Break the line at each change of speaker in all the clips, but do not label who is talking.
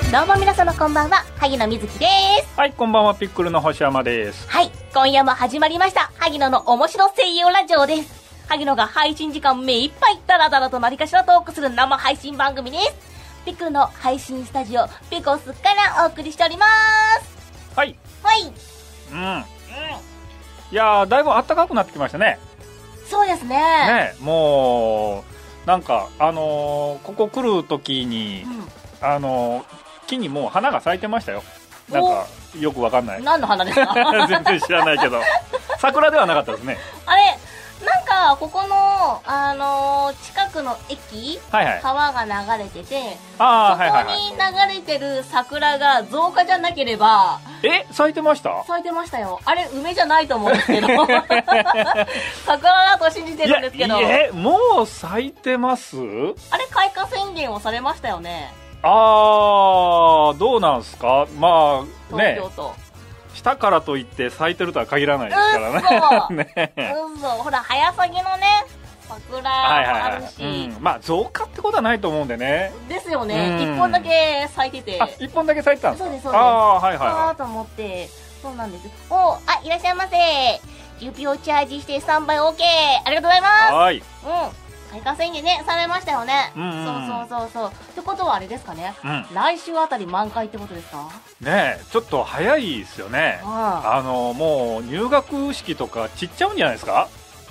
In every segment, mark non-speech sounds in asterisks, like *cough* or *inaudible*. こんばんは萩野瑞希です
はい、こんばんは、ピックルの星山です。
はい今夜も始まりました萩野の面白声優ラジオです萩野が配信時間目いっぱいダラダラと何かしらトークする生配信番組ですピクの配信スタジオピコスからお送りしております
はい、
はい、うん、
うん。いやー、だいぶ暖かくなってきましたね。
そうですね
ね、もう、なんか、あのーここ来る時に
う、ん
あのー木にもう花が咲いてましたよ。なんか、よくわかんない。 *laughs*
何の花ですか
全然知らないけど。桜ではなかったですね。
あれなんかここのあのー近くの駅
はいはい。
川が流れててそ
あー、はいはいはい。
こに流れてる桜が増加じゃなければ
え、咲いてました
咲いてましたよあれ梅じゃないと思うんです
*laughs*
けど桜だと信じて
い
る
や
んですけど
いえ、もう咲いてます
あれ開花宣言をされましたよね
あー、どうなんすかまあ、
東
ね
京、都、
したからといって咲いてるとは限らないですから *laughs* ね。ね
うんそうほら早咲きのね桜も
はいはい
あるし、
はい。うん、まあ増加ってことはないと思うんでね。
ですよね
うん
一本だけ咲いてて
あ、一本だけ咲いてたんですか
そうですそうです
ああー、はいはい
あ
は
ーと思ってそうなんですおーあいらっしゃいませ指をチャージしてスタンバイ OK ありがとうございます
い。はい。
うん開花宣言ねされましたよね、
うんうん
そうそうそうそうってことはあれですかね
うん。
来週あたり満開ってことですか
ねえ、ちょっと早いですよね。
あ
あの、もう入学式とかちっちゃうんじゃないですか
あ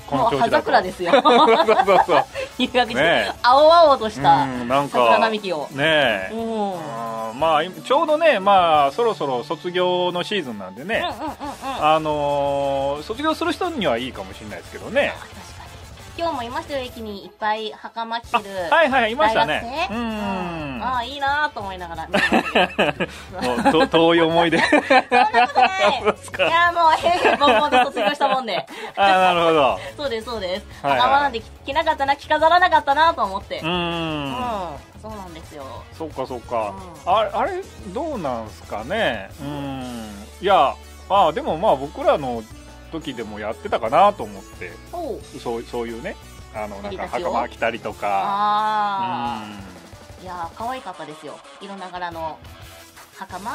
こ
も
の
う
調
葉
子だと。
桜ですよ
*laughs* そうそうそう
*laughs*
そう。
入学式、
ねえ
青々とし
う
た
ん、なん
桜
か、
並
ね
木を
え
うん。うんうんうんうん
うんまあ、ちょうどね、まあ、そろそろ卒業のシーズンなんでね、あのー卒業する人にはいいかもしれないですけどね。
確かに今日もいましたよ駅にいっぱい袴着てる
はいはい、いまし
大学
たね
生。
う
うんああいいなーと思いな
*laughs*
がら見てましたけど
ん。もうと *laughs* 遠い思い出。
そんなことない
そうです
い
か。
やもう *laughs* 平平凡々で卒業したもんで
あなるほど。
そうですそうです
はいはい
袴なんて着なかったな着飾らなかったなと思って
うーん。
うん、そうなんですよ。
そっかそっか。
うん
あれ、あれ、どうなんすかね。うん。いや、まあでもまあ僕らの時でもやってたかなと思って、
おう。
そうそういうね、あの、なんか
鳥たちを
袴着たりとか。うん。
あ
あ、
あ。いやー、可愛かったですよ。色ながらの袴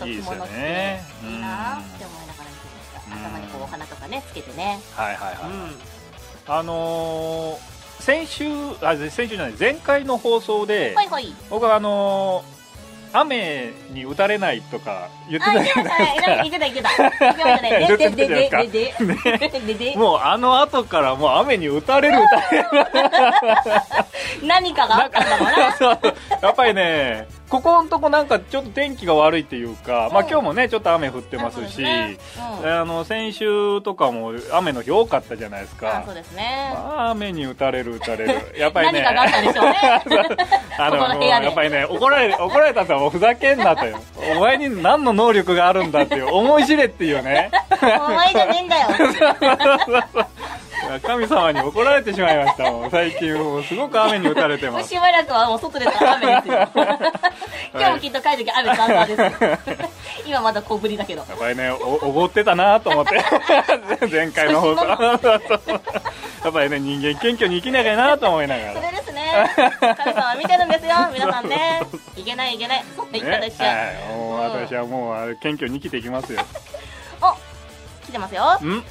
と
い
着
いですよ
物着て、
ね。
いいなーって思い
うん
ながら見てました。
うん
頭にこうお花とかね、つけてね。
はいはいはい。
うん。
あのー先週あ先週じゃない前回の放送で、
ほいほい。
僕はあのー雨に打たれないとか言って
あ、
た
い
じ
け
ゃ
ました
な
ね。い
いですか
けましたね。いけましたね。で、で、で、で、で、で、で、
もうあの後からもう雨に打たれる打たれる
何かがあったんだろうな。
そう *laughs* やっぱりねここのとこなんかちょっと天気が悪いっていうか、まあ
うん
今日もねちょっと雨降ってますし、
うん。
あの先週とかも雨の日多かったじゃないです
あ、そう
か
ですね。
まあ雨に打たれる打たれるやっぱりね
何かがあったんでしょうね。
あの
ここの部屋で
やっぱりね怒られ怒られたさもうふざけんなとよお前に何の能力があるんだっていう思い知れっていうね
お前じゃねえんだよ。
神様に怒られてしまいましたもう最近もうすごく雨に打たれて
もう
ます
しばらくはもう外出たら雨ですよ今日もきっと帰る時雨ザーザーですよ今まだ小ぶりだけど
やっぱりねおおごってたなと思って
*laughs*
前回の放送やっぱりね人間謙虚に生きなきゃなと思いなが
そ
ら
れですね神様見てるんですよ皆さんねいけないいけないそんな言い方しちゃう、
はいもう私はもうあれ謙虚に生きていきますよ
来てますよ
ん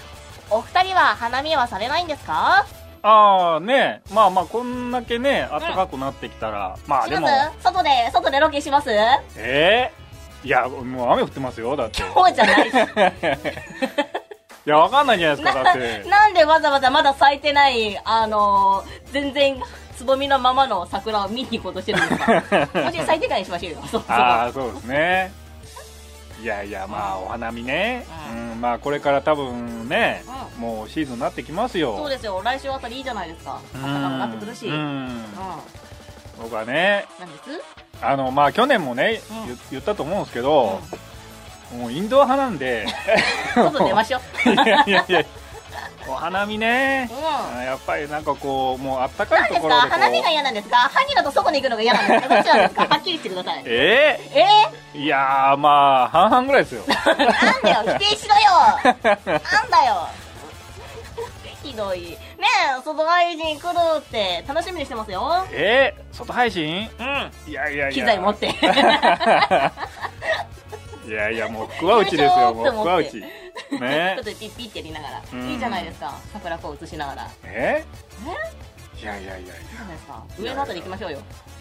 お二人は花見はされないんですか
ああねまあまあこんだけね暖かくなってきたら、まあ
し
で
ま
も
す外で外でロケします
えー、いやもう雨降ってますよだってい
今日じゃない
*laughs*
し
やわかんないじゃないです
*laughs*
かだって
なんでわざわざまだ咲いてないあのー全然つぼみのままの桜を見に行こうとしてるんです
*laughs*
かもちろん咲いてからにしましょうよそうそう
ああそうですねいやいやまあお花見ね、うんまあこれから多分ね、もうシーズンになってきますよ
そうですよ来週あたりいいじゃないですか
う
暖
ん
かくなってくるし
う
うん
ん
な
僕はね
んです
あのまあ去年もね、
うん
言言ったと思うんですけど、もうインドア派な
*laughs*
んで
外出ま
*laughs*
しょう
いやいやいやお花見ね
う、
あ
ん
ーやっぱりなんかこうもうあったか
ないん
と
です
こ
か
ろでこう
花見が嫌なんですか萩野とそこに行くのが嫌なんですかどっちなんですかはっきり言ってくださいえ
ええ
え
いやーまあ半々ぐらいですよ
なんだよ否定しろよなんだよひどいねえ外配信来るって楽しみにしてますよ
えー、外配信うんいやいやいや
機材持って
いやいやもう桑内です
*laughs*
よもう
よいしょ
桑
ーって
内
*laughs* ちょ
ね
っとピッピってやりながら、
うん
いいじゃないですか桜子を映しながらいい
えいやいやいや
じゃ
い
ないですか上のあたり行きましょうよ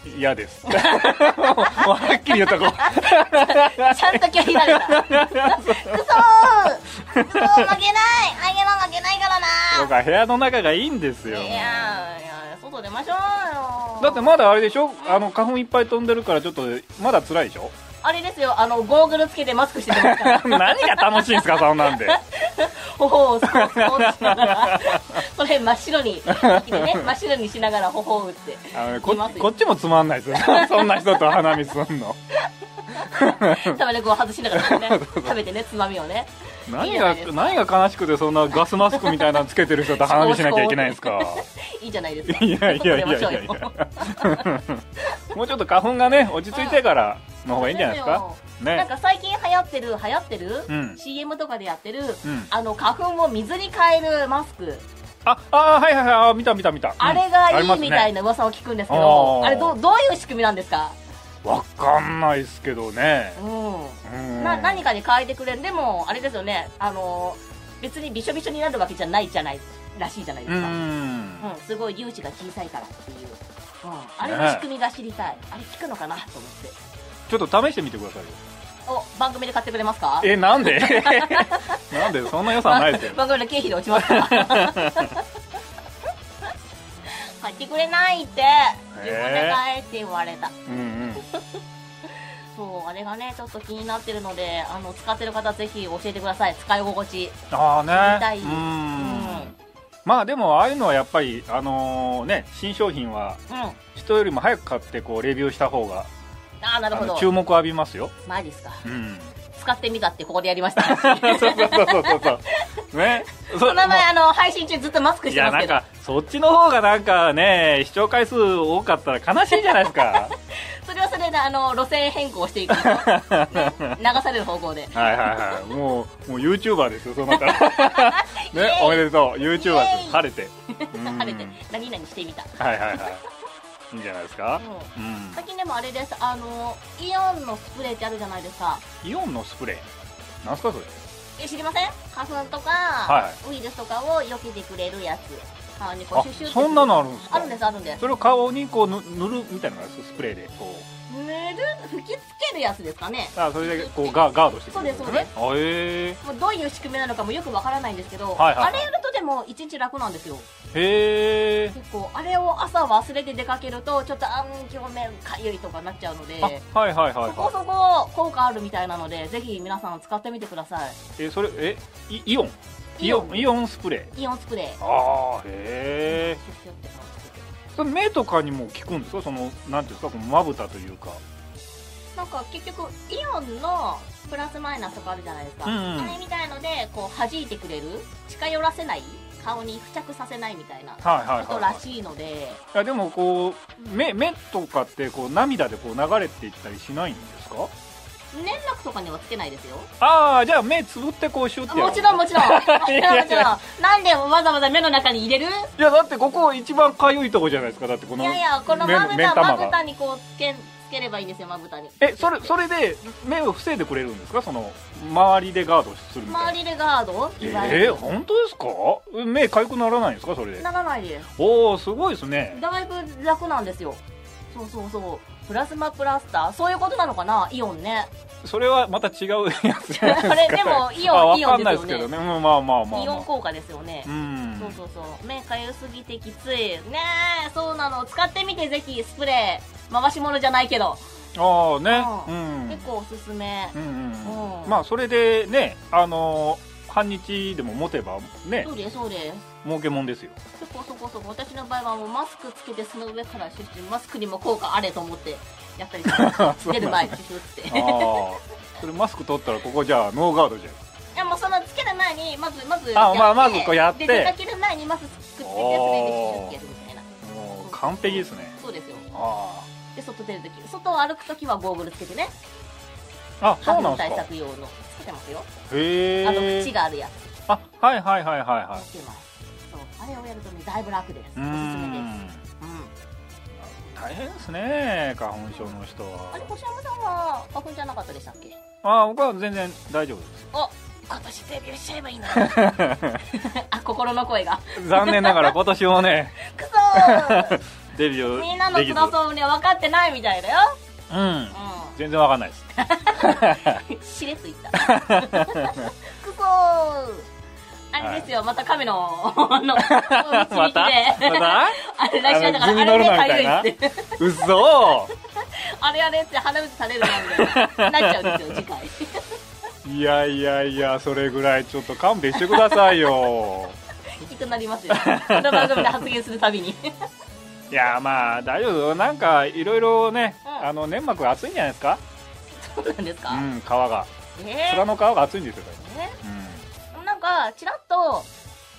や嫌です *laughs* もうはっきり言っ
*laughs*
たこ
ちゃんと拒否ら
*laughs*
れたくそーくそー負けないハゲの負けないからな
僕は部屋の中がいいんですよ
いやいや外出ましょうよ
だってまだあれでしょあの花粉いっぱい飛んでるからちょっとまだ辛いでしょ *laughs*
あれですよあのゴーグルつけてマスクしてますから
何が楽しいんですかそんなんで
ほほをそうそうしながらそれ真っ白に息でね真っ白にしながらほほを打って
あのこ
いますよ
こっちもつまんないですよ *laughs* そんな人と花見すんの
食べレコを外しなが
*laughs*
らね食べてねつまみをねいい
何
じゃな
が
いですか
何が悲しくてそんなガスマスクみたいなのつけてる人と花見しなきゃいけないんですか
いいじゃないですか
いやいやいやいやいやもうちょっと花粉がね落ち着いてからの方がいいんじゃないですか、
なん
ね
か最近流行ってる流行ってる、
うん
CM とかでやってる、
ん
あの花粉を水に変えるマスク、
ああーはいはいはいあー見た見た見た
あれがいいみたいな
な
噂を聞くんですけ
あ
ど、
ー
あれどどういう仕組みなんですか、
わかんないっすけどね
う
うん
ん、な何かに変えてくれるでもあれですよねあの別にびしょびしょになるわけじゃないじゃないらしいじゃないで
う
すか、
ん
うんすごい粒子が小さいからっていう、うん、あれの仕組みが知りたい、あれ聞くのかなと思って
ちょっと試してみてくださいよ
お番組で買ってくれますか
えなんで *laughs* なんでそんな予算ないですよ
*laughs* 番組の経費で落ちますから
*laughs*
買ってくれないって自分で買えって言われた
うんうん
そうあれがねちょっと気になってるのであの使ってる方ぜひ教えてください使い心地
ああね
*laughs* 知りたい
うん
うん
まあでもああいうのはやっぱりあのーね新商品は
うんあ
人よりも早く買ってこうレビューした方が
あなるほ
あ
ど
の注目を浴びますよ、
マジっすか
うん、
使ってみたってここでやりました *laughs*
そうそうそうそうそうねそ
この前
も
あの配信中ずっとマス
う
クし
い
て
や
ます
な
け
ん
ど
かそっちの方がなんかね視聴回数多かったら悲しいじゃないですか
それはそれであの路線変更していくのね流される方向で
はいはいはいもうもう YouTuber ですよそ
*laughs*
うなったら
イエ
ね
ーイ
おめでとう YouTuber です
イエーイ
晴れてうん
晴れて何々してみた
はいはいはいいいんじゃないですか、
う
うん
最近でもあれですあのイオンのスプレーってあるじゃないですか
イオンのスプレーなんすかそれ
え知りません花粉とか、
は
ウイルスとかを避けてくれるやつ顔にこ
あ
うシュシュって
そんなのあるんですか
あるんですあるんです
それを顔にこうぬ塗るみたいなのがあるんですかスプレーでこう
塗る吹きつけるやつですかね
あそれでこうガガードしてくれる
そうです
そうです
もうどういう仕組みなのかもよくわからないんですけど、
はいはいはい
あれやるとでも一日楽なんですよ
あへえへえ
結構あれを朝忘れて出かけるとちょっとあん表面かゆいとかなっちゃうので
あはいはいはい
そこ
は
そこ効果あるみたいなのでぜひ皆さん使ってみてくださ
いえそれえイイオンイオンイオンスプレ
いイオンスプレー
ーああへえ
シュッシュッて顔つけて
それ目とかにも効くんですかそのなんていうんですかこのまぶたというか
なんか結局イオンのプラスマイナスとかあるじゃないですか、
うんうん
あれみたいのでこう弾いてくれる近寄らせない顔に付着させないみたいな
はいはい
こと
はい,、はい、
らしいので、
いやでもこう目目とかってこう涙でこう流れていったりしないんですか
連絡とかにはつけないですよ
ああじゃあ目つぶってこうシュッ
あ
てやる
もちろんもち
*laughs*
ろんもちろんもちろ
いやいやい
んなんでわざわざ目の中に入れる
いやだってここ一番かゆいとこじゃないですかだってこ
い
の
やいやこの
目
まぶた
目玉
ま
が
ぶたにこうつけつければいいんですよまぶたに
えそれそれで目を防いでくれるんですかその周りでガードするみたいな
周りでガードいわゆ
えー、
る
本当ですかえ目かゆくならないんですかそれで
ならないです
おおすごいですね
だいぶ楽なんですよそうそうそうプラズマプラスターそういうことなのかなイオンね
それはまた違うやつじゃないですか
あれでも *laughs* イ
あ
オン
わ
イオン
かん
で
ないですす
よ
けど
ね
ねうんまあまあまあ、
イオン
まあ、
効果ですよね
うん
そうそうそう目かゆすぎてきついねえそうなの使ってみてぜひスプレー回し物じゃないけど、
ああね
う
うん
結構おすすめ
うんうん
う
うんんまあそれでねあのー半日でも持てばね
そうですそうです
儲けもんですよ
結構そこそこ私の場合はもうマスクつけてその上からシュッシュマスクにも効果あれと思ってやったり
*laughs*
してます *laughs* 出る前にシュッシュって
ああそれマスク取ったらここじゃあノーガード
*laughs*
じゃん
いやもうそのつける前にまずまず
あ
やって
まあまずこうやって
で出かける前にまずつけてそれでシュッシュってやるみたいな
もう完璧ですね
そうですよ
あ
で外出るとき外を歩くときはゴーグルつけてね
ああそう
花
なん
粉対
ですか
策用のつけてますよ
へえ
あの縁があるや
あはいはいはいはいは
つつけますそうあれをやるとねだいぶ楽ですおすす
いうー
めで
ん
すうん
確大変ですね花粉症の人
あれ
は
星山さんは花粉じゃなかったでしたっけ
ああ僕は全然大丈夫です
お今年デビューしちゃえばいいな *laughs* あ心の声が
残念な
*laughs*
がら今年もね
くそー
デビューで
*laughs*
きず
みんなの辛さをね分かってないみたいだよ
うん
う
全然わかんないです
ん *laughs* しれっと言った
*laughs*
くそーあれですよ、また亀のあの
*laughs* ま
導き
た
で、 *laughs*
ま
あれ来週だから
あの図に
あれ
乗る
ね
なみた
か
い
ゆ
ない
って
た嘘
あれあれって鼻水されるなみたいななっちゃうんですよ次回
いやいやいやそれぐらいちょっと勘弁してください
*laughs*
よ
きっとなり
*laughs*
ますよこの番組で発言するたびに
いやまあ大丈夫なんかいろいろね、
うん
あの粘膜が厚いんじゃないですか
そうなんです
う
か、
ん皮が
え
面の皮が厚いんですよ、
ーえなんかちらっと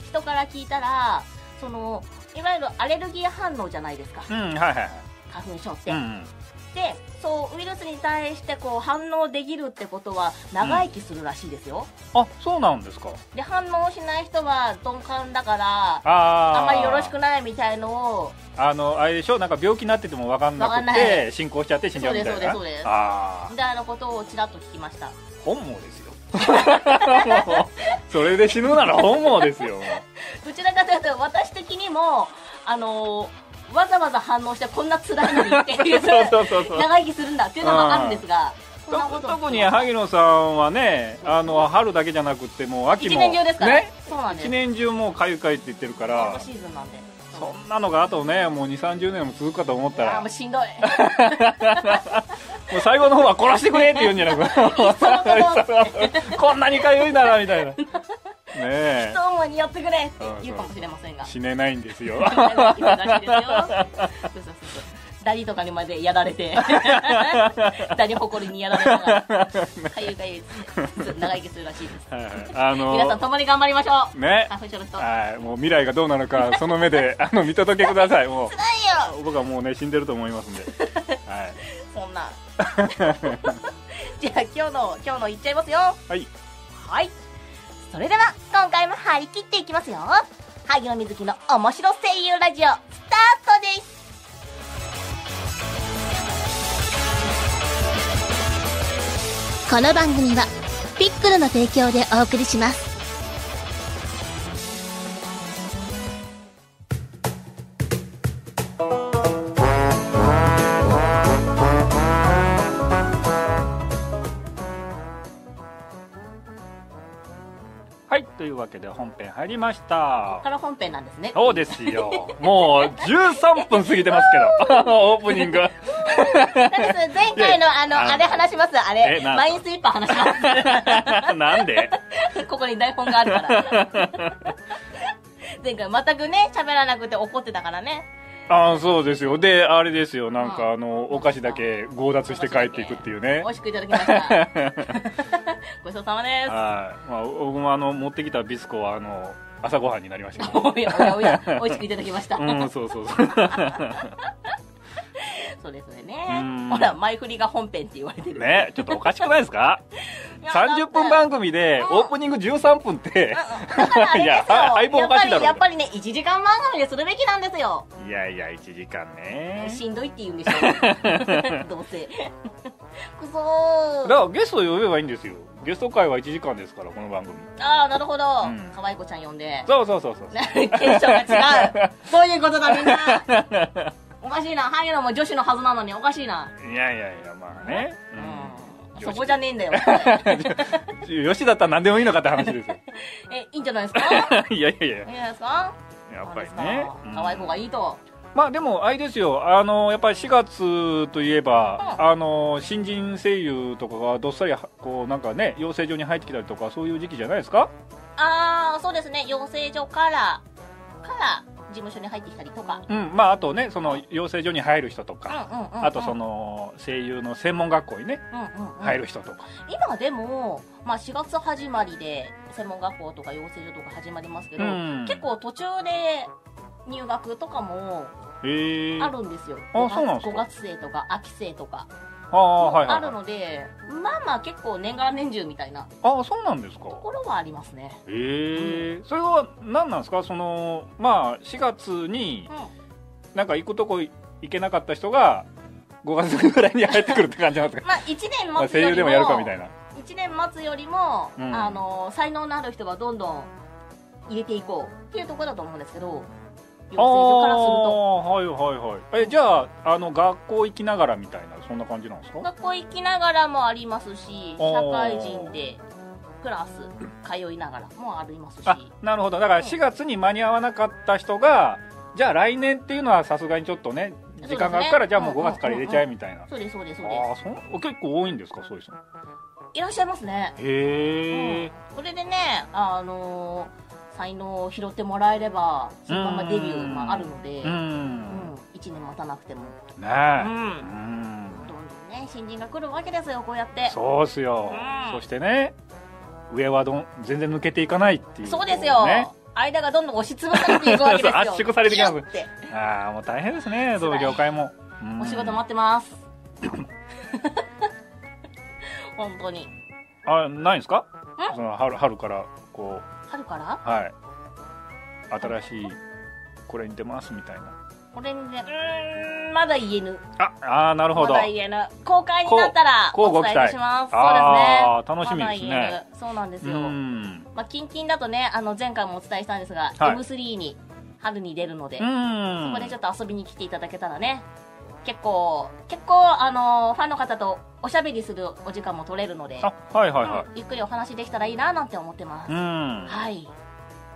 人から聞いたらそのいわゆるアレルギー反応じゃないですか
うん、うん、はいはいはい
花粉症って、
うんうん
でそうウイルスに対してこう反応できるってことは長生きするらしいですよ、
あそうなんですか
で反応しない人は鈍感だから
あー
あんまりよろしくないみたいのを
あのあれでしょなんか病気になってても分かんな
わかん
く
な
て進行しちゃって死んじゃうみた
そう
いな
ですそうですそうです
ああ
みたいなことをちらっと聞きました
本望ですよもう *laughs* それで死ぬなら本望ですよ
どちらかというと私的にもあのーわざわざ反応してこんな辛いのにっていう
*laughs* そうそうそうそう
長生きするんだっていうのもあるんですがそんなこと
特特に萩野さんはねあの春だけじゃなくてもう秋
一
も
年中ですから
ね
そうなんです
一年中もうかゆかゆって言ってるか
この
ら
シーズンなんで
そんなのがあとねもう2 3 0年も続くかと思った
あー
ら
も
も
うしんど
*laughs*
い
う最後の方は殺してくれって言うんじゃなく *laughs* こんなにかゆいならみたいなね
*laughs*
え
人思いにやってくれって言うかもしれませんが
死ねないんですよ
大変な日々らしいですよそうそうそうそうダニとかにまでやられ
*laughs*
てダニ誇りにやられながらかゆいかゆいっつって長生きするらしいです
はいはいあの
皆さん共に頑張りましょう
ね
花粉症の人
はいもう未来がどうなる *laughs* かその目であの見届けくださいも
ないよ
う僕はもうね死んでると思いますんで、はい、
そ
*laughs*
んなじゃあ今日の今日の言っちゃいますよ
はい
はい。それでは、今回も張り切っていきますよ。萩野瑞希の面白声優ラジオ、スタートです。この番組は、ピックルの提供でお送りします。
はい、というわけで本編入りまし
ここ
た
から本編なんですね。
そうですよもう13分過ぎてますけどオープニング *laughs*
なんです前回のあの、
あの
あれ話します、あれ。
えなんか
マインスイッパー話しま。
なんです *laughs*
ここに台本があるから。前回全くね、喋らなくて怒ってたからね。
ああそうですよであれですよなんかあのお菓子だけ強奪して帰っていくっていうね
美味しくいただきました。
*laughs*
ごちそうさまです。
はい、まあ、僕もあの持ってきたビスコはあの朝ごはんになりましたけ *laughs* ど
*laughs* おやおやおや、美味しくいただきました。
うんそうそうそう
そうですよ
うん
ね。ほら、前振りが本編って言われてる。
ねちょっとおかしくないですか
いや
30分番組で
うん
オープニング13分って
だってあれ
いや
ですよ
配分おかしいだろ
やっぱりやっぱりね、1時間番組でするべきなんですよ。
いやいや1時間ね
しんどいって言うんでし
*laughs*
ょ。どうせ。くそ
だ
ー。
からゲスト呼べばいいんですよゲスト会は1時間ですからこの番組
ああ、なるほど
うん。
かわいこちゃん呼んで。
そうそうそうそう
なテンションが違う。
*laughs*
そういうことだ、みんな。おかしいな。ハゲのも女子のはずなのにおかしいな。
いやいやいやまあね、
うん
うん
そこじゃねえんだよ。
吉田ったら何でもいいのかって話ですよ
え、いいんじゃないですか
*laughs* いやいやいや
いいんじゃないですか
やっぱりねうん
可愛い子がいいと。
まあでもあれですよあのやっぱり4月といえば、
う
あの新人声優とかがどっさりはこうなんかね養成所に入ってきたりとかそういう時期じゃないですか
ああ、そうですね。養成所から、から事務所に入ってきたりとか。
うんまああとねその養成所に入る人とか、
うんうんうん、
あとそ、の声優の専門学校にね
うんうんうん
入る人とか、
今でも、まあ、4月始まりで専門学校とか養成所とか始まりますけど、
うん
結構途中で入学とかも
へえ
あるんですよ、
あそうなんですか
5月生とか秋生とか
ああはいはい
あるのでまあまあ結構年がら年中みたいな
ああそうなんですか
ところはありますね
へえそれは何なんですかそのまあ4月に
うん
なんか行くとこ行けなかった人が5月ぐらいに入ってくるって感じなんですか、
まあ、1年
まあ、
待つ
声
よ
優
り
で
も
もやるかみたいな
1年待つよりも、
うん
あの才能のある人はどんどん入れていこうっていうところだと思うんですけど養成所からすると
あーはいはいはいえじゃああの学校行きながらみたいなそんな感じなんですか
学校行きながらもありますし
あー
社会人でクラス通いながらもありますし
あなるほどだから4月に間に合わなかった人がじゃあ来年っていうのはさすがにちょっとね
そうですね
時間が空くからじゃあもう
うんう
5
んうん
月から入れちゃえみたいな、
そうですそうですそうで
ああそう結構多いんですかそういう人
すいらっしゃいますね
へ
えそれでねあのー才能を拾ってもらえればそのままデビューもあるので、
う
うんん、1年待たなくても
ね
う
えうんん
どんどんね新人が来るわけですよこうやって
そうっすよ
うん
そしてね上はどん全然抜けていかないっていう
そうですよ、
ね
間がどんどん押しつぶされていくわけですよ
圧縮されてきます
ギュッて
ああもう大変ですね
辛
どの
い
業界もうん
お仕事待ってます *laughs* 本当に
あないんですかその春春からこう
春から
はい新しいこれに出ますみたいな
これにねうーんまだ言えぬ
ああーなるほ
ま
ど
だ言えぬ公開になったら
こうこ
お
うご
伝
期
え
待
いたしますそうですね
ああ楽しみです
まだ言
ね
えぬそうなんです
う
よ、
ん
まあ、近々だとねあの前回もお伝えしたんですが、
はい
M3 に春に出るので、
うん
ここでちょっと遊びに来ていただけたらね結構結構あのーファンの方とおしゃべりするお時間も取れるので、
あはいはいは
うんゆっくりお話できたらいいななんて思ってます、
いうん
はい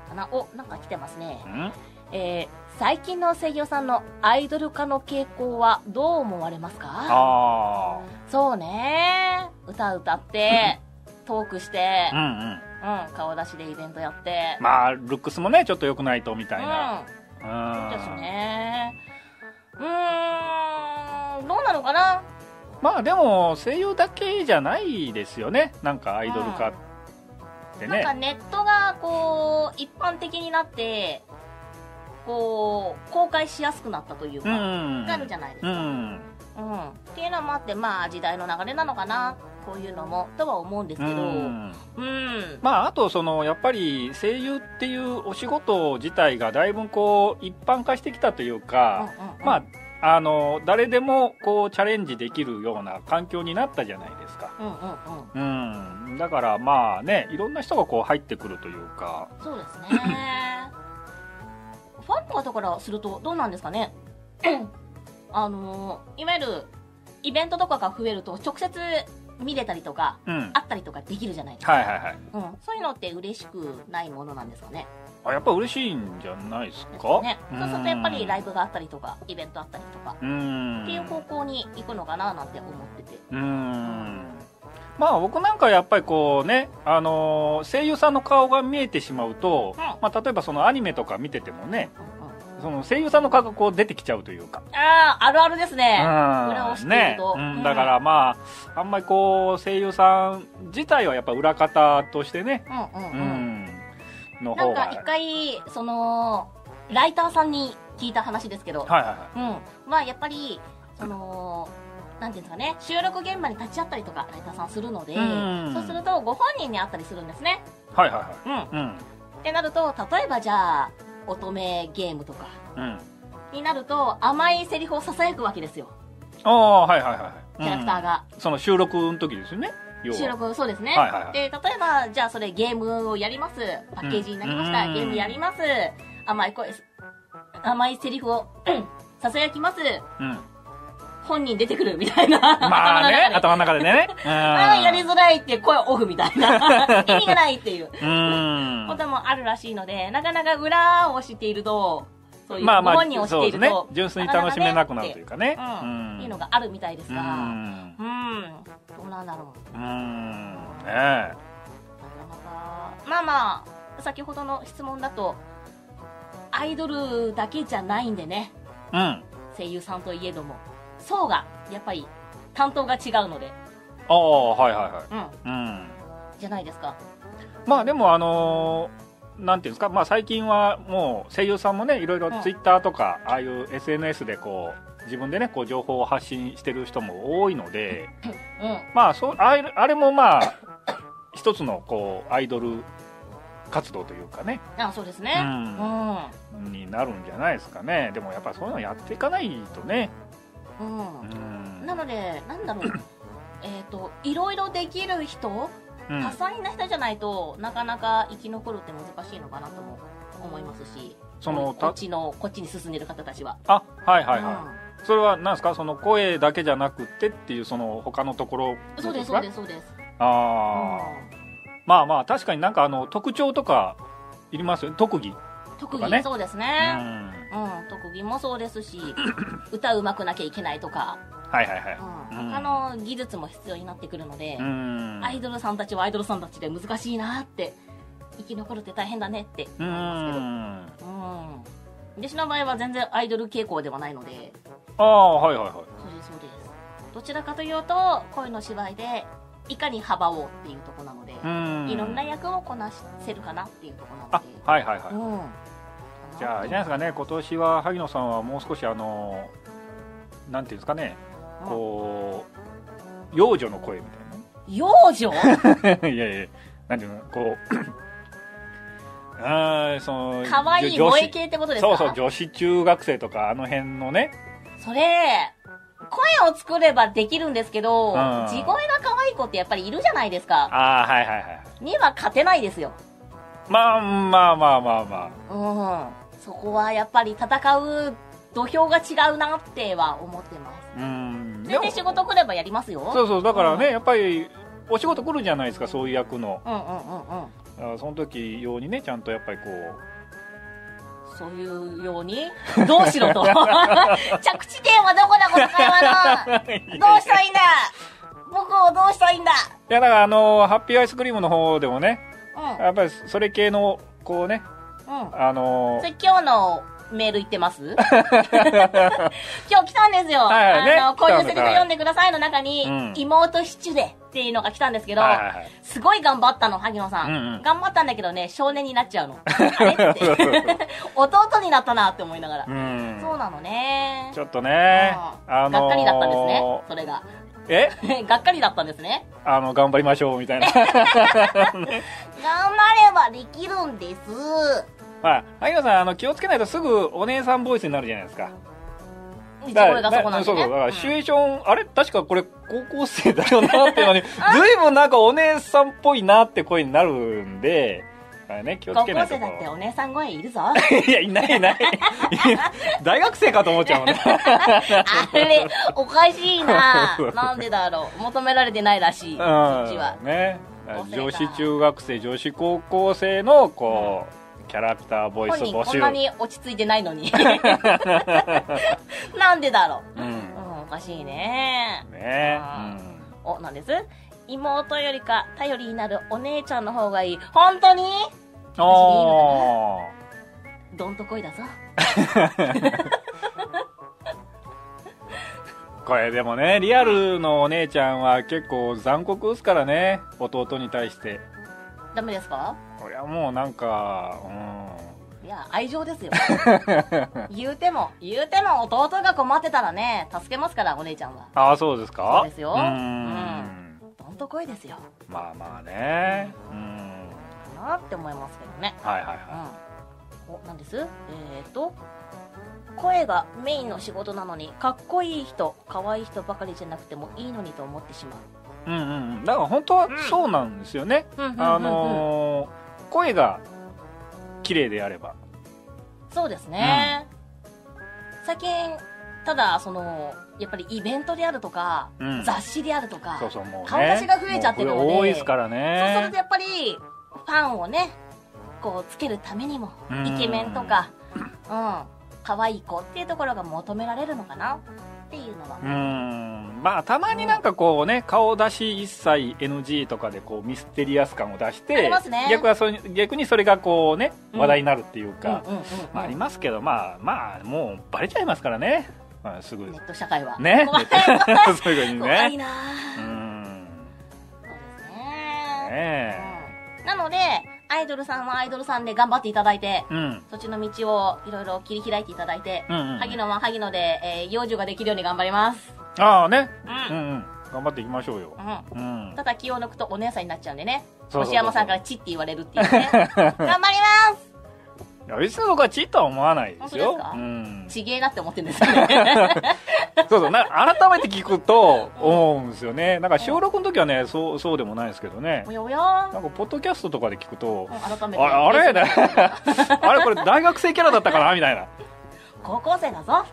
かなおなんか来てますね
うん
えー、最近の声優さんのアイドル化の傾向はどう思われますか
あ
そうね歌歌
*laughs*
ってトークして
あう、んうん
うん、顔出しでイベントやって
まあルックスもねちょっと良くないとみたいな
うん
うん
そうですねうーんどうなのかな
まあでも声優だけじゃないですよねなんかアイドル化って
なん
ね
かネットがこう一般的になってこう公開しやすくなったという
うん
か、なるじゃないです
う
か、
ん
うんっていうのもあってまあ時代の流れなのかなこういうのもとは思うんです
う
けどうん、
んまあ、あとそのやっぱり声優っていうお仕事自体がだいぶこう一般化してきたというか、まああの誰でもこうチャレンジできるような環境になったじゃないですか、
あうんうんうん
うん、だからまあねいろんな人がこう入ってくるというか
そうですね
*laughs*
ファンの方からするとどうなんですかね *coughs* あのーいわゆるイベントとかが増えると直接見れたりとか
うんはい
会ったりとかできるじゃないですか、
はいはい
うん、そういうのって嬉しくないものなんですかね
あやっぱ嬉しいんじゃないです
なん
か
かねそうするとやっぱりライ
ブ
ブがあったりとかイベントあったりとか
うん
っていう方向に行くのかななんて思ってて
うーんまあ僕なんかやっぱりこうね、あのー声優さんの顔が見えてしまうと、
うん
まあ、例えばそのアニメとか見ててもね
うんうん
その声優さんの顔がこう出てきちゃうというか、
あああるあるです
うん
ね裏を知ってる
ね
と
う
う
ん
ん
だからまああんまりこう声優さん自体はやっぱ裏方としてね、
うんうん
う
うん
ん、の
な
方
ん
が
か一回そのライターさんに聞いた話ですけど、
はいはいは
うん、まあやっぱりそのなんていうんですかね収録現場に立ち会ったりとかライターさんするので
うん
そうするとご本人に会ったりするんですね、
いはいはいは
うん、っ
いうん
てなると例えばじゃあ乙女ゲームとか
うん
になると甘いセリフをささやくわけですよ
ああはいはいはい
キャラクター
が、
が、
うんその収録の時ですよね要は
収録そうですね、
はいはいはい
で例えばじゃあそれゲームをやりますパッケージになりました、
うん
ゲームやります甘い声す甘いセリフをうんささやきます
うん
本人出てくるみたいな。
ま
*laughs*
あね
頭の中で
頭の中でね
あーやり
う
づらいって声オフみたい
*laughs*
な。意味がないっていうんこともあるらしいので、なかなか裏を知っていると、そういう、
まあまあ、
本人を知っていると、
そうですね。純粋に楽しめなくなるというかね。
かねっていうの
が。
があるみたいです
う
が、
ん。
うん、どうなんだろ
うん。ね
う。なかなか、まあまあ、先ほどの質問だと、アイドルだけじゃないんでね、
え。うん。
声優さんといえども、層が、やっぱり、担当が違うので、
ああ、はいはいはい。
うん、
うん。
じゃないですか。
まあでも、あのーなんていうんですか、まあ最近はもう声優さんもね、いろいろツイッターとか、ああいう SNS でこう、自分でね、こう情報を発信してる人も多いので、
うん。
まあそう、あれあれもま
*coughs*
あ、一つのこう、アイドル活動というかね、
あ、そうです
う
ね。
ん
うん
になるんじゃないですかねでもやっぱそういうのやっていかないとね
うん
うん
なのでなんだ
*coughs*
ろうえっといろいろできる人
うん
多彩な人じゃないとなかなか生き残るって難しいのかなとも思いますし
その
こ
た
っちのこっちに進んでる方たちは
あはいはいはい、
う
それは何ですかその声だけじゃなくてっていうその他のところ
んそうですそ
の
うですそうです
ああ、まあまあ確かになんかあの特徴とかいりますよね特技、
うん特
とか
技
ね
そうです
う
ね
ん
うん特技もそうです
*laughs*
し歌うまくなきゃいけないとか
はいはいはい
うん他の技術も必要になってくるので
うん
アイドルさんたちはアイドルさんたちで難しいなって生き残るって大変だねって
う
思いま
ん
すけどうん私の場合は全然アイドル傾向ではないので
ああはいはいはい
そうですそうですどちらかというと恋の芝居でいかに幅をっていうとこなので
うん
いろんな役をこなせるかなっていうとこな
あ
ので
はいはいはい、
うん
じゃああれじゃないですかね今年は萩野さんはもう少しあのなんていうんですかね
うん
こう幼女の声み
幼女
た *laughs* いないやいやなんていうの *clears throat* こうああその
可愛い
女
萌え
子
系ってことです
そ
か
うそう女子中学生とかあの辺のね
それ声を作ればできるんですけど、
うん
地声が可愛い子ってやっぱりいるじゃないですか。
ああはいはいはい
には勝てないですよ。
まあまあまあまあまあ
うん。そこはやっぱり戦う土俵が違うなっては思ってます。
うん
全然仕事来ればやりますよ。
そうそうだからね、
うん
やっぱりお仕事来るじゃないですかそういう役の
うんうんうんうん。
だからその時用にねちゃんとやっぱりこう
そういうように、どうし
*laughs*
ろと。着地点はどこだ、この会
*laughs*
話の。どうしたらいいんだ僕をどうしたらいいんだ
いやだからあのハッピーアイスクリームの方でもね
う
やっぱりそれ系のこうね
ん。うん。
あの
それ今日のメール言ってます今日来
*laughs*
たんですよ。
はいはいね
あの、こういうセリフ
来たのか
読んでくださいの中に、
うん
妹シチュでっていうのが来たんですけど、
はいはいはい
すごい頑張ったの、萩野さん,、
うんうん
頑張ったんだけどね、少年になっちゃ
*laughs*
うの。あれって。 *laughs* 弟になったなって思いながら。
うん
そうなのね。
ちょっとね
うん
あの
がっかりだったんですね、それが。 *laughs*
え
がっかりだったんですね。
あの頑張りましょうみたい *laughs* な
頑張ればできるんです。
まあ萩野さんあの気をつけないとすぐお姉さんボイスになるじゃないですか
一
だか
声
ら
がそこなんで
そう
ね。
そうだからシチュ
うん
エーション、あれ確かこれ高校生だよなっていうの
*laughs*
にずいぶんなんかお姉さんっぽいなって声になるんでだからね気を
高校
つけないと
生だってお姉さん声いるぞ。
*laughs* いやいないいない大学生かと思っちゃうも
*laughs*
んね
あれ、おかしい
*laughs*
な。なんでだろう。求められてないらしい。そっちは
うん。ね
高校生か
女子中学生女子高校生のこう、キャラクターボイ
本
ス
人
募
こん
集
なに落ち着いてないの
*laughs*
に。なんでだろ
う
う。うんん、おかしいね。
ね
あ
うん
お、なんです妹よりか頼りになるお姉ちゃんの方がいい。本当に
ああ
どんとこいだぞ。
これでもねリアルのお姉ちゃんは結構残酷ですからね弟に対して
ダメですか
これはもうなんか
いや、愛情
*laughs*
ですよ。言うても、言うても弟が困ってたらね、助けますから、お姉ちゃんは。
うんああそうですか
そうですよ
ーん
どんとこいですよ。
まあまあねうん
かなって思いますけどね。
はいはいは
うん。お、なんですえーと、声がメインの仕事なのに、かっこいい人、可愛い人ばかりじゃなくてもいいのにと思ってしまう。
いうんうんうんだから本当はそうなんですよね、
うんうんうんうん
あのー声が綺麗であれば
そうですね。最近、ただ、その、やっぱりイベントであるとか、
うん
雑誌であるとか、
そうそうもう、ね、
顔出しが増えちゃってるので
もうこれ多いですか
そ
ら
うする
ね
とやっぱりファンをねこうつけるためにも
うん
イケメンとかうん可愛い子っていうところが求められるのかなっていうのは
うーんまあたまになんかこうね顔出し一切 NG とかでこうミステリアス感を出し
あり
て
ますね
逆はそれ逆にそれがこうね
うん
話題になるっていうか、
うんうんうん
まあ、ありますけどまあまあもうバレちゃいますからね、まあ、すぐ
ネット社会は
ね
怖い
*laughs* すぐに
怖い
ね
な
うーん
そうです
ね
ね
え
うんなのでアイドルさんはアイドルさんで頑張っていただいて
うん
そっちの道をいろいろ切り開いていただいて
うんうん
萩野は萩野で、えー幼女ができるように頑張ります
ああね
う
うん
ん、
うん頑張っていきましょうよ
うん
うん
ただ気を抜くとお姉さんになっちゃうんでね
そうそうそうそう *laughs*
星山さんからチって言われるっていうね頑張ります
いや別に僕はちいとは思わないです
本当
よ
ですか
うん、
ちげえなって思ってるんですよ
*laughs*
ね
そうそうな改めて聞くと思うんですよねなんか収録の時はねそうそうでもないですけどね
おやおや
なんかポッドキャストとかで聞くと
うん改めて
あれあれ *laughs* あれこれ大学生キャラだったかなみたいな
高校生だぞ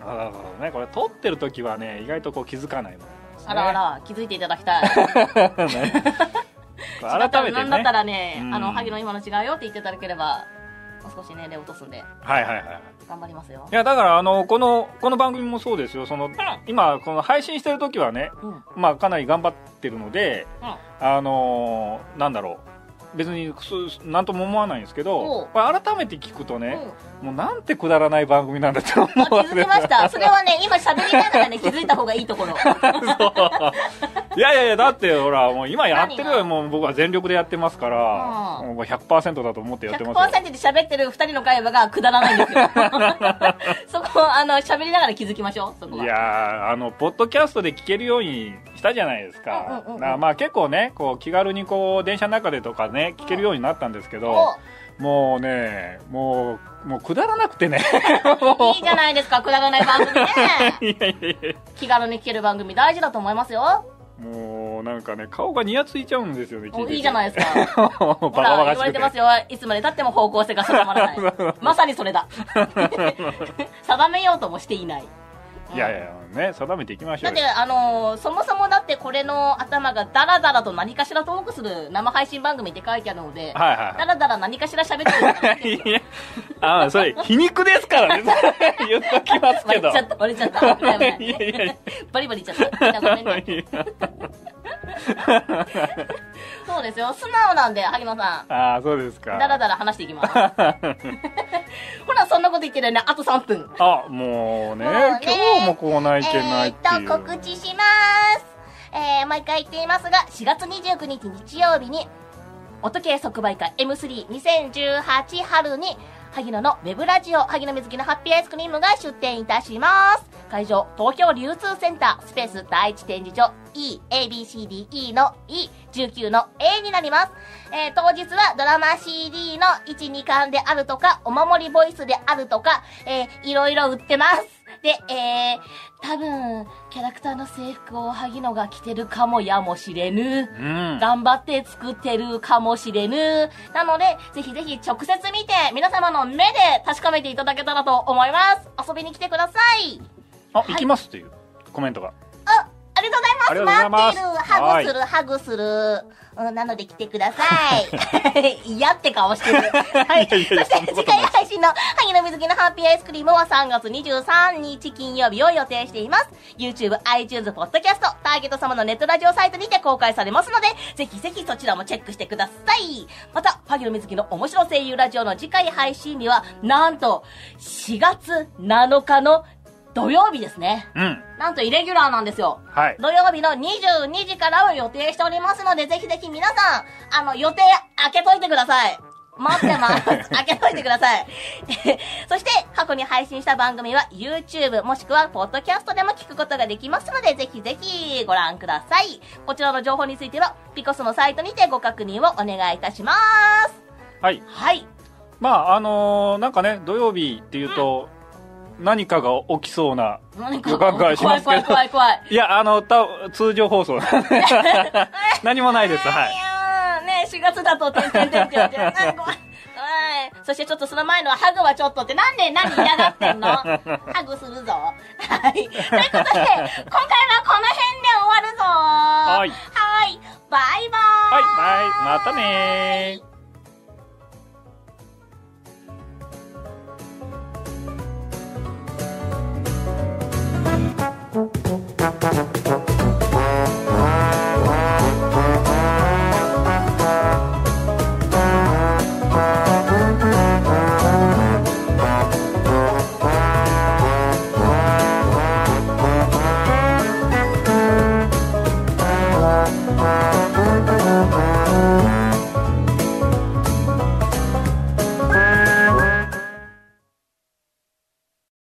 あなるほどねこれ撮ってる時はね意外とこう気づかないものなんです、ね、
あらあら気づいていただきたい
ら改めて
なんだった
ね
らね、
うん
あの萩の今の違うよって言っていただければもう少し年齢落とすんで
はいはいはい
頑張りますよ
いやだからあのこのこの番組もそうですよその今この配信してる時はね
うんうん
まあかなり頑張ってるのであのーなんだろう別にそうなんとも思わないんですけ
おう
どこれ改めて聞くとね
うん
もうなんてくだらない番組なんだって思
あ気
われ
づ
る
きましたそれはね今喋りながらね気づいた方がいいとこ
*laughs*
ろ
いやいやいやだってほらもう今やってる
何が
よもう僕は全力でやってますから
うん
もう100%だと思ってやってますよ
100%で喋ってる2人の会話がくだらないんです
*laughs*
よそこあの喋りながら気づきましょうそこ
い
は
やーあのポッドキャストで聞けるようにしたじゃないですか,、
うんうんうんうん
まあ結構ねこう気軽にこう電車の中でとかね聞けるようになったんですけど、
お
もうねもうもうくだらなくてね
いいじゃないですかくだらない番組ね
*laughs* いやいやいや
気軽に聞ける番組大事だと思いますよ
*laughs* もうなんかね顔がにやついちゃうんですよね聞い
お
てて
いいじゃないですか
*laughs* バカ
ほら言
バカ
わ
し
れ
くて
てますよいつまでたっても方向性が定 *laughs* まらないまさにそれ *laughs* だ *laughs* 定めようともしていない
いやいやね定めていきましょ
だ
う
っ
よ
てあのーそもそもだってこれの頭がダラダラと何かしらトークする生配信番組って書いてあるので、
はいはい
ダラダラ何かしら喋って
はいい *laughs* やあーそれ皮肉ですからね *laughs* 言っときますけ
る割 *laughs* れ
ど
ちゃった割れちゃった危ない危ない
*laughs* いやいやいや
バリバリいっちゃったみんなごめん *laughs* ねそうですよ素直なんで萩野さん
ああそうですか
ダラダラ話していきます *laughs* ほらそんなこと言ってるよねあと3分
あもうね
もうね
今日もこうないけな
え
いっ
ー
てい
っ
う、
と、告知します。えー、毎回言っていますが、4月29日日曜日に、音系即売会 M32018 春に、萩野のウェブラジオ、萩野瑞希のハッピーアイスクリームが出店いたします。会場、東京流通センター、スペース第一展示所 E、ABCDE の E、19の A になります。えー当日はドラマ CD の1、2巻であるとか、お守りボイスであるとか、えーいろいろ売ってます。で、えー、多分、キャラクターの制服を萩野が着てるかもやもしれぬ。
うん
頑張って作ってるかもしれぬ。なので、ぜひぜひ直接見て、皆様の目で確かめていただけたらと思います。遊びに来てください。
あ行きますっていうコメントが
あ、ありがと
あり
う
が
ご
とうご
ざ
ざ
いま。
いますす
待ってる、ハグする、ハグする。うん、なので来てください。 *laughs* 嫌って顔してる。はい。
いやいやいや
そし
そ
て
んな
次
ことな
回
い
配信の萩野瑞希のハッピーアイスクリームは3月23日金曜日を予定しています。YouTube、iTunes、Podcast、ターゲット様のネットラジオサイトにて公開されますので、ぜひぜひそちらもチェックしてください。また、萩野瑞希の面白声優ラジオの次回配信日は、なんと、4月7日の土曜日ですね。
うん
なんとイレギュラーなんですよ。
はい
土曜日の22時からを予定しておりますので、ぜひぜひ皆さん、あの、予定開けといてください。待って
*laughs*
ます。開けといてください。 *laughs* そして、過去に配信した番組は YouTube もしくは Podcast でも聞くことができますので、ぜひぜひご覧ください。こちらの情報については、ピコスのサイトにてご確認をお願いいたします。
はい
はい。
まああのーなんかね土曜日っていうと、何かが起きそうな
何
予感がしますけど
怖い怖い怖い怖い。
いやあのた通常放送何もないですはい
いやーね4月だと、てんてんてんてんてん。うん
*laughs*
怖いはい。そしてちょっとその前のは、ハグはちょっとって、なんで何嫌がって
*laughs*
んのハグするぞ。はい。ということで、今回はこの辺で終わるぞ
はい
はい。バイバーイ。
はいバイまたねー